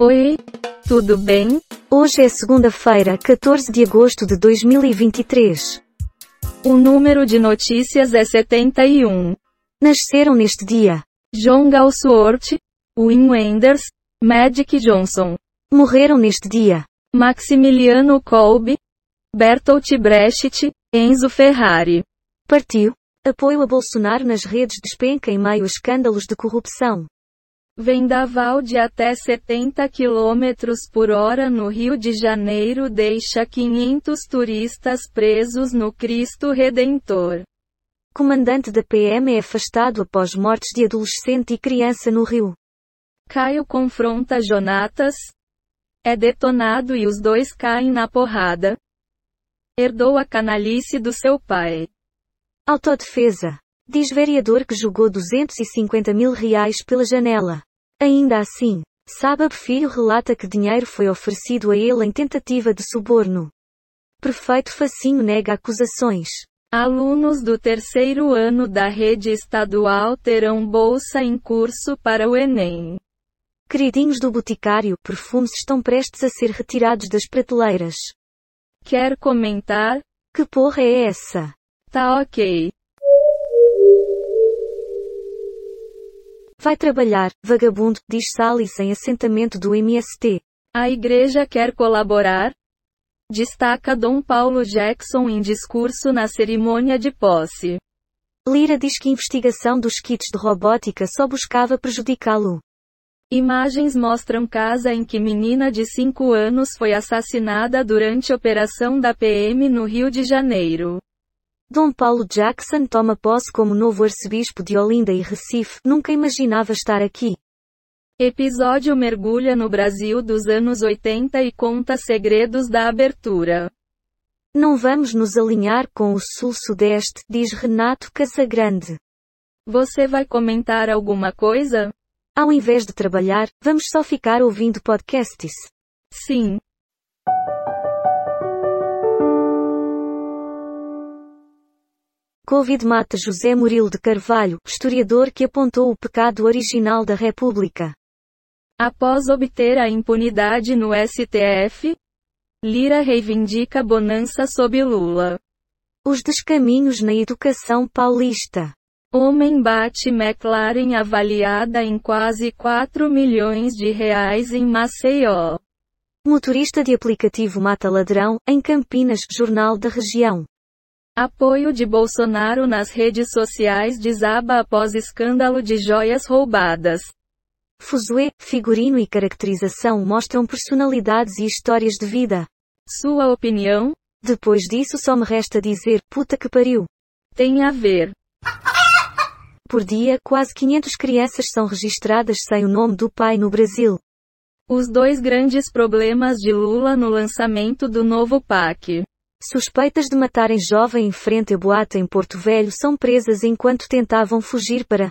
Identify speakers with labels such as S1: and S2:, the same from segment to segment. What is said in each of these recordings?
S1: Oi, tudo bem?
S2: Hoje é segunda-feira, 14 de agosto de 2023.
S1: O número de notícias é 71.
S2: Nasceram neste dia.
S1: John Galsworth, Wim Wenders, Magic Johnson,
S2: Morreram neste dia.
S1: Maximiliano Kolbe, Bertolt Brecht, Enzo Ferrari.
S2: Partiu. Apoio a Bolsonaro nas redes despenca em meio a escândalos de corrupção.
S1: Vendaval de até 70 km por hora no Rio de Janeiro deixa 500 turistas presos no Cristo Redentor.
S2: Comandante da PM é afastado após mortes de adolescente e criança no Rio.
S1: Caio confronta Jonatas. É detonado e os dois caem na porrada. Herdou a canalice do seu pai.
S2: Autodefesa. Diz vereador que jogou 250 mil reais pela janela. Ainda assim, Sabab Filho relata que dinheiro foi oferecido a ele em tentativa de suborno. Prefeito Facinho nega acusações.
S1: Alunos do terceiro ano da rede estadual terão bolsa em curso para o Enem.
S2: Queridinhos do Boticário, perfumes estão prestes a ser retirados das prateleiras.
S1: Quer comentar?
S2: Que porra é essa?
S1: Tá ok.
S2: Vai trabalhar, vagabundo, diz Salles em assentamento do MST.
S1: A igreja quer colaborar? Destaca Dom Paulo Jackson em discurso na cerimônia de posse.
S2: Lira diz que investigação dos kits de robótica só buscava prejudicá-lo.
S1: Imagens mostram casa em que menina de 5 anos foi assassinada durante operação da PM no Rio de Janeiro.
S2: Dom Paulo Jackson toma posse como novo arcebispo de Olinda e Recife. Nunca imaginava estar aqui.
S1: Episódio mergulha no Brasil dos anos 80 e conta segredos da abertura.
S2: Não vamos nos alinhar com o Sul-Sudeste, diz Renato Casagrande.
S1: Você vai comentar alguma coisa?
S2: Ao invés de trabalhar, vamos só ficar ouvindo podcasts.
S1: Sim.
S2: Covid mata José Murilo de Carvalho, historiador que apontou o pecado original da República.
S1: Após obter a impunidade no STF, Lira reivindica bonança sob Lula.
S2: Os descaminhos na educação paulista.
S1: Homem bate McLaren avaliada em quase 4 milhões de reais em Maceió.
S2: Motorista de aplicativo mata ladrão, em Campinas, Jornal da Região.
S1: Apoio de Bolsonaro nas redes sociais desaba após escândalo de joias roubadas.
S2: Fuzue, figurino e caracterização mostram personalidades e histórias de vida.
S1: Sua opinião?
S2: Depois disso só me resta dizer, puta que pariu.
S1: Tem a ver.
S2: Por dia, quase 500 crianças são registradas sem o nome do pai no Brasil.
S1: Os dois grandes problemas de Lula no lançamento do novo PAC.
S2: Suspeitas de matarem jovem em frente a boate em Porto Velho são presas enquanto tentavam fugir para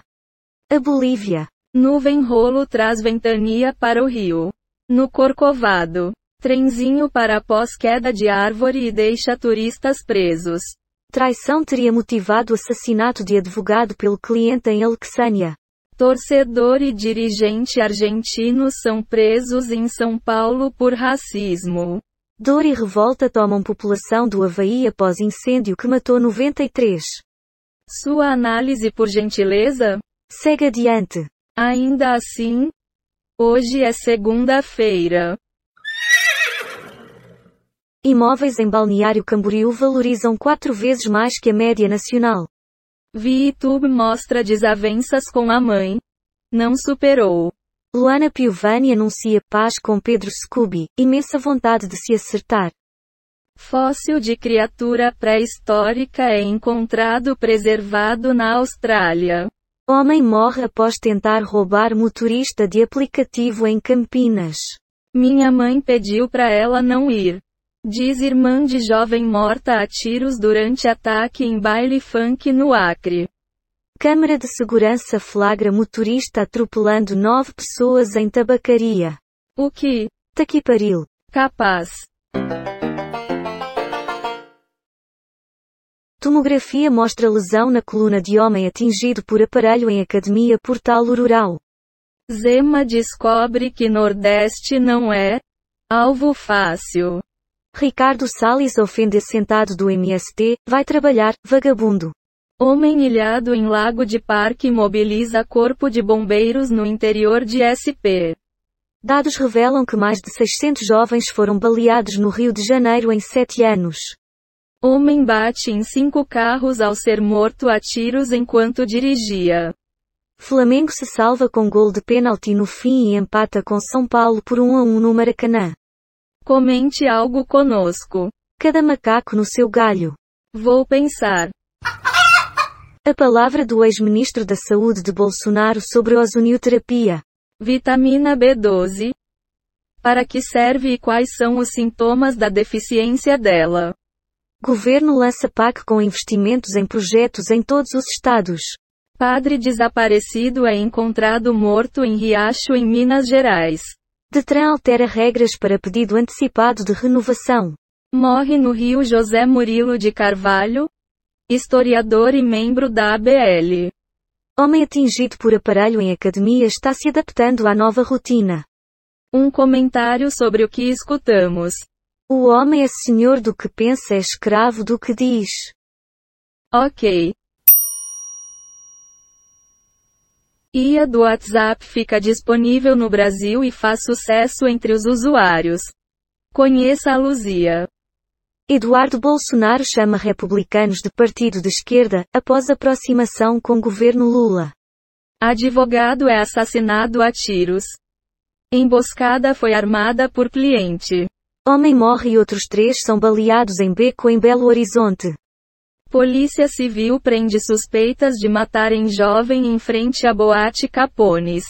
S2: a Bolívia.
S1: Nuvem rolo traz ventania para o Rio. No Corcovado. Trenzinho para após queda de árvore e deixa turistas presos.
S2: Traição teria motivado o assassinato de advogado pelo cliente em Alexânia.
S1: Torcedor e dirigente argentino são presos em São Paulo por racismo.
S2: Dor e revolta tomam população do Havaí após incêndio que matou 93.
S1: Sua análise por gentileza?
S2: Segue adiante.
S1: Ainda assim? Hoje é segunda-feira.
S2: Imóveis em Balneário Camboriú valorizam quatro vezes mais que a média nacional.
S1: VTube mostra desavenças com a mãe. Não superou.
S2: Luana Piovani anuncia paz com Pedro Scooby, imensa vontade de se acertar.
S1: Fóssil de criatura pré-histórica é encontrado preservado na Austrália.
S2: Homem morre após tentar roubar motorista de aplicativo em Campinas.
S1: Minha mãe pediu para ela não ir. Diz irmã de jovem morta a tiros durante ataque em baile funk no Acre.
S2: Câmara de Segurança flagra motorista atropelando nove pessoas em tabacaria.
S1: O que?
S2: Taquiparil.
S1: Capaz.
S2: Tomografia mostra lesão na coluna de homem atingido por aparelho em academia Portal Rural.
S1: Zema descobre que Nordeste não é alvo fácil.
S2: Ricardo Salles ofende sentado do MST, vai trabalhar, vagabundo.
S1: Homem ilhado em lago de parque mobiliza corpo de bombeiros no interior de SP.
S2: Dados revelam que mais de 600 jovens foram baleados no Rio de Janeiro em 7 anos.
S1: Homem bate em cinco carros ao ser morto a tiros enquanto dirigia.
S2: Flamengo se salva com gol de pênalti no fim e empata com São Paulo por 1 a 1 no Maracanã.
S1: Comente algo conosco.
S2: Cada macaco no seu galho.
S1: Vou pensar.
S2: A palavra do ex-ministro da Saúde de Bolsonaro sobre ozonioterapia.
S1: Vitamina B12. Para que serve e quais são os sintomas da deficiência dela?
S2: Governo lança PAC com investimentos em projetos em todos os estados.
S1: Padre desaparecido é encontrado morto em Riacho, em Minas Gerais.
S2: Detran altera regras para pedido antecipado de renovação.
S1: Morre no Rio José Murilo de Carvalho, historiador e membro da ABL.
S2: Homem atingido por aparelho em academia está se adaptando à nova rotina.
S1: Um comentário sobre o que escutamos.
S2: O homem é senhor do que pensa, é escravo do que diz.
S1: Ok. IA do WhatsApp fica disponível no Brasil e faz sucesso entre os usuários. Conheça a Luzia.
S2: Eduardo Bolsonaro chama republicanos de partido de esquerda, após aproximação com governo Lula.
S1: Advogado é assassinado a tiros. Emboscada foi armada por cliente.
S2: Homem morre e outros três são baleados em beco em Belo Horizonte.
S1: Polícia Civil prende suspeitas de matarem jovem em frente à boate Capones.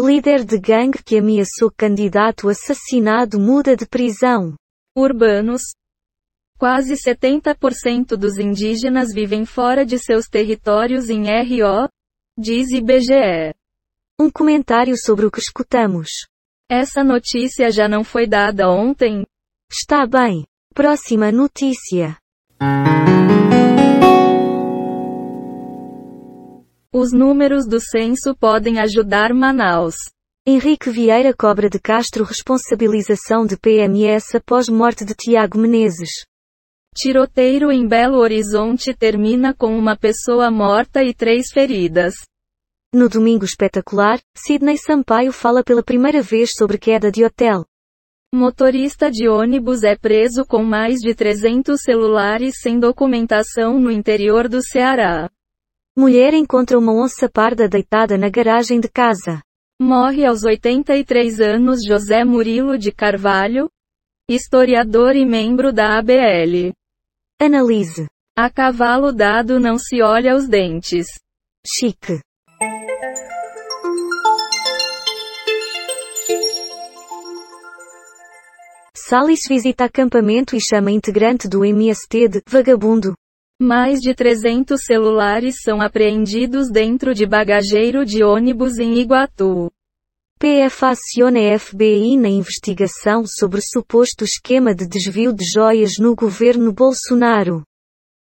S2: Líder de gangue que ameaçou candidato assassinado muda de prisão.
S1: Urbanos, Quase 70% dos indígenas vivem fora de seus territórios em RO, diz IBGE.
S2: Um comentário sobre o que escutamos.
S1: Essa notícia já não foi dada ontem?
S2: Está bem. Próxima notícia.
S1: Os números do censo podem ajudar Manaus.
S2: Henrique Vieira cobra de Castro responsabilização de PMS após morte de Tiago Menezes.
S1: Tiroteiro em Belo Horizonte termina com uma pessoa morta e três feridas.
S2: No domingo espetacular, Sidney Sampaio fala pela primeira vez sobre queda de hotel.
S1: Motorista de ônibus é preso com mais de 300 celulares sem documentação no interior do Ceará.
S2: Mulher encontra uma onça parda deitada na garagem de casa.
S1: Morre aos 83 anos José Murilo de Carvalho, historiador e membro da ABL.
S2: Analise.
S1: A cavalo dado não se olha os dentes.
S2: Chique. Salles visita acampamento e chama integrante do MST de vagabundo.
S1: Mais de 300 celulares são apreendidos dentro de bagageiro de ônibus em Iguatu.
S2: PF aciona a FBI na investigação sobre suposto esquema de desvio de joias no governo Bolsonaro.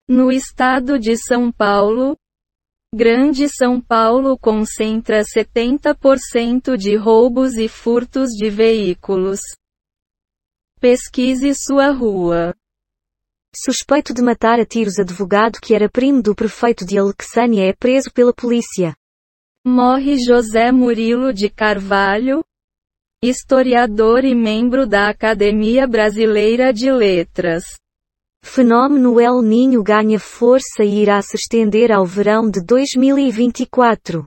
S1: No estado de São Paulo, Grande São Paulo concentra 70% de roubos e furtos de veículos. Pesquise sua rua.
S2: Suspeito de matar a tiros advogado que era primo do prefeito de Alexânia é preso pela polícia.
S1: Morre José Murilo de Carvalho, historiador e membro da Academia Brasileira de Letras.
S2: Fenômeno El Ninho ganha força e irá se estender ao verão de 2024.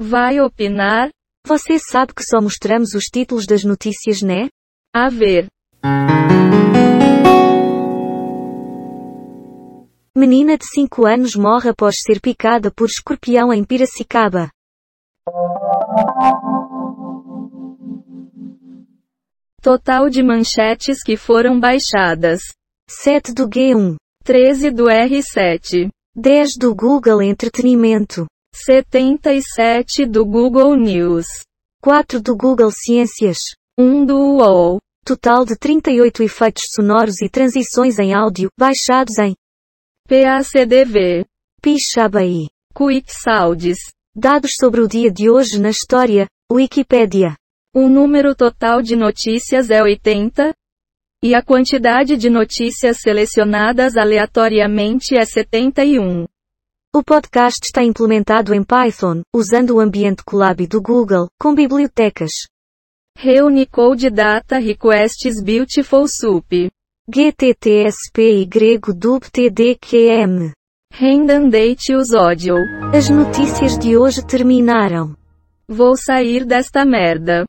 S1: Vai opinar?
S2: Você sabe que só mostramos os títulos das notícias, né?
S1: A ver.
S2: Menina de 5 anos morre após ser picada por escorpião em Piracicaba.
S1: Total de manchetes que foram baixadas:
S2: 7 do G1,
S1: 13 do R7,
S2: 10 do Google Entretenimento,
S1: 77 do Google News,
S2: 4 do Google Ciências,
S1: 1 do UOL,
S2: total de 38 efeitos sonoros e transições em áudio, baixados em
S1: PACDV,
S2: Pixabaí.
S1: Quick Saudis,
S2: Dados sobre o dia de hoje na história, Wikipédia.
S1: O número total de notícias é 80, e a quantidade de notícias selecionadas aleatoriamente é 71.
S2: O podcast está implementado em Python, usando o ambiente Colab do Google, com bibliotecas.
S1: Reunicode Data Requests Beautiful Soup.
S2: GTTSPY-DUB-TDQM.
S1: Rendan Date Us Audio.
S2: As notícias de hoje terminaram.
S1: Vou sair desta merda.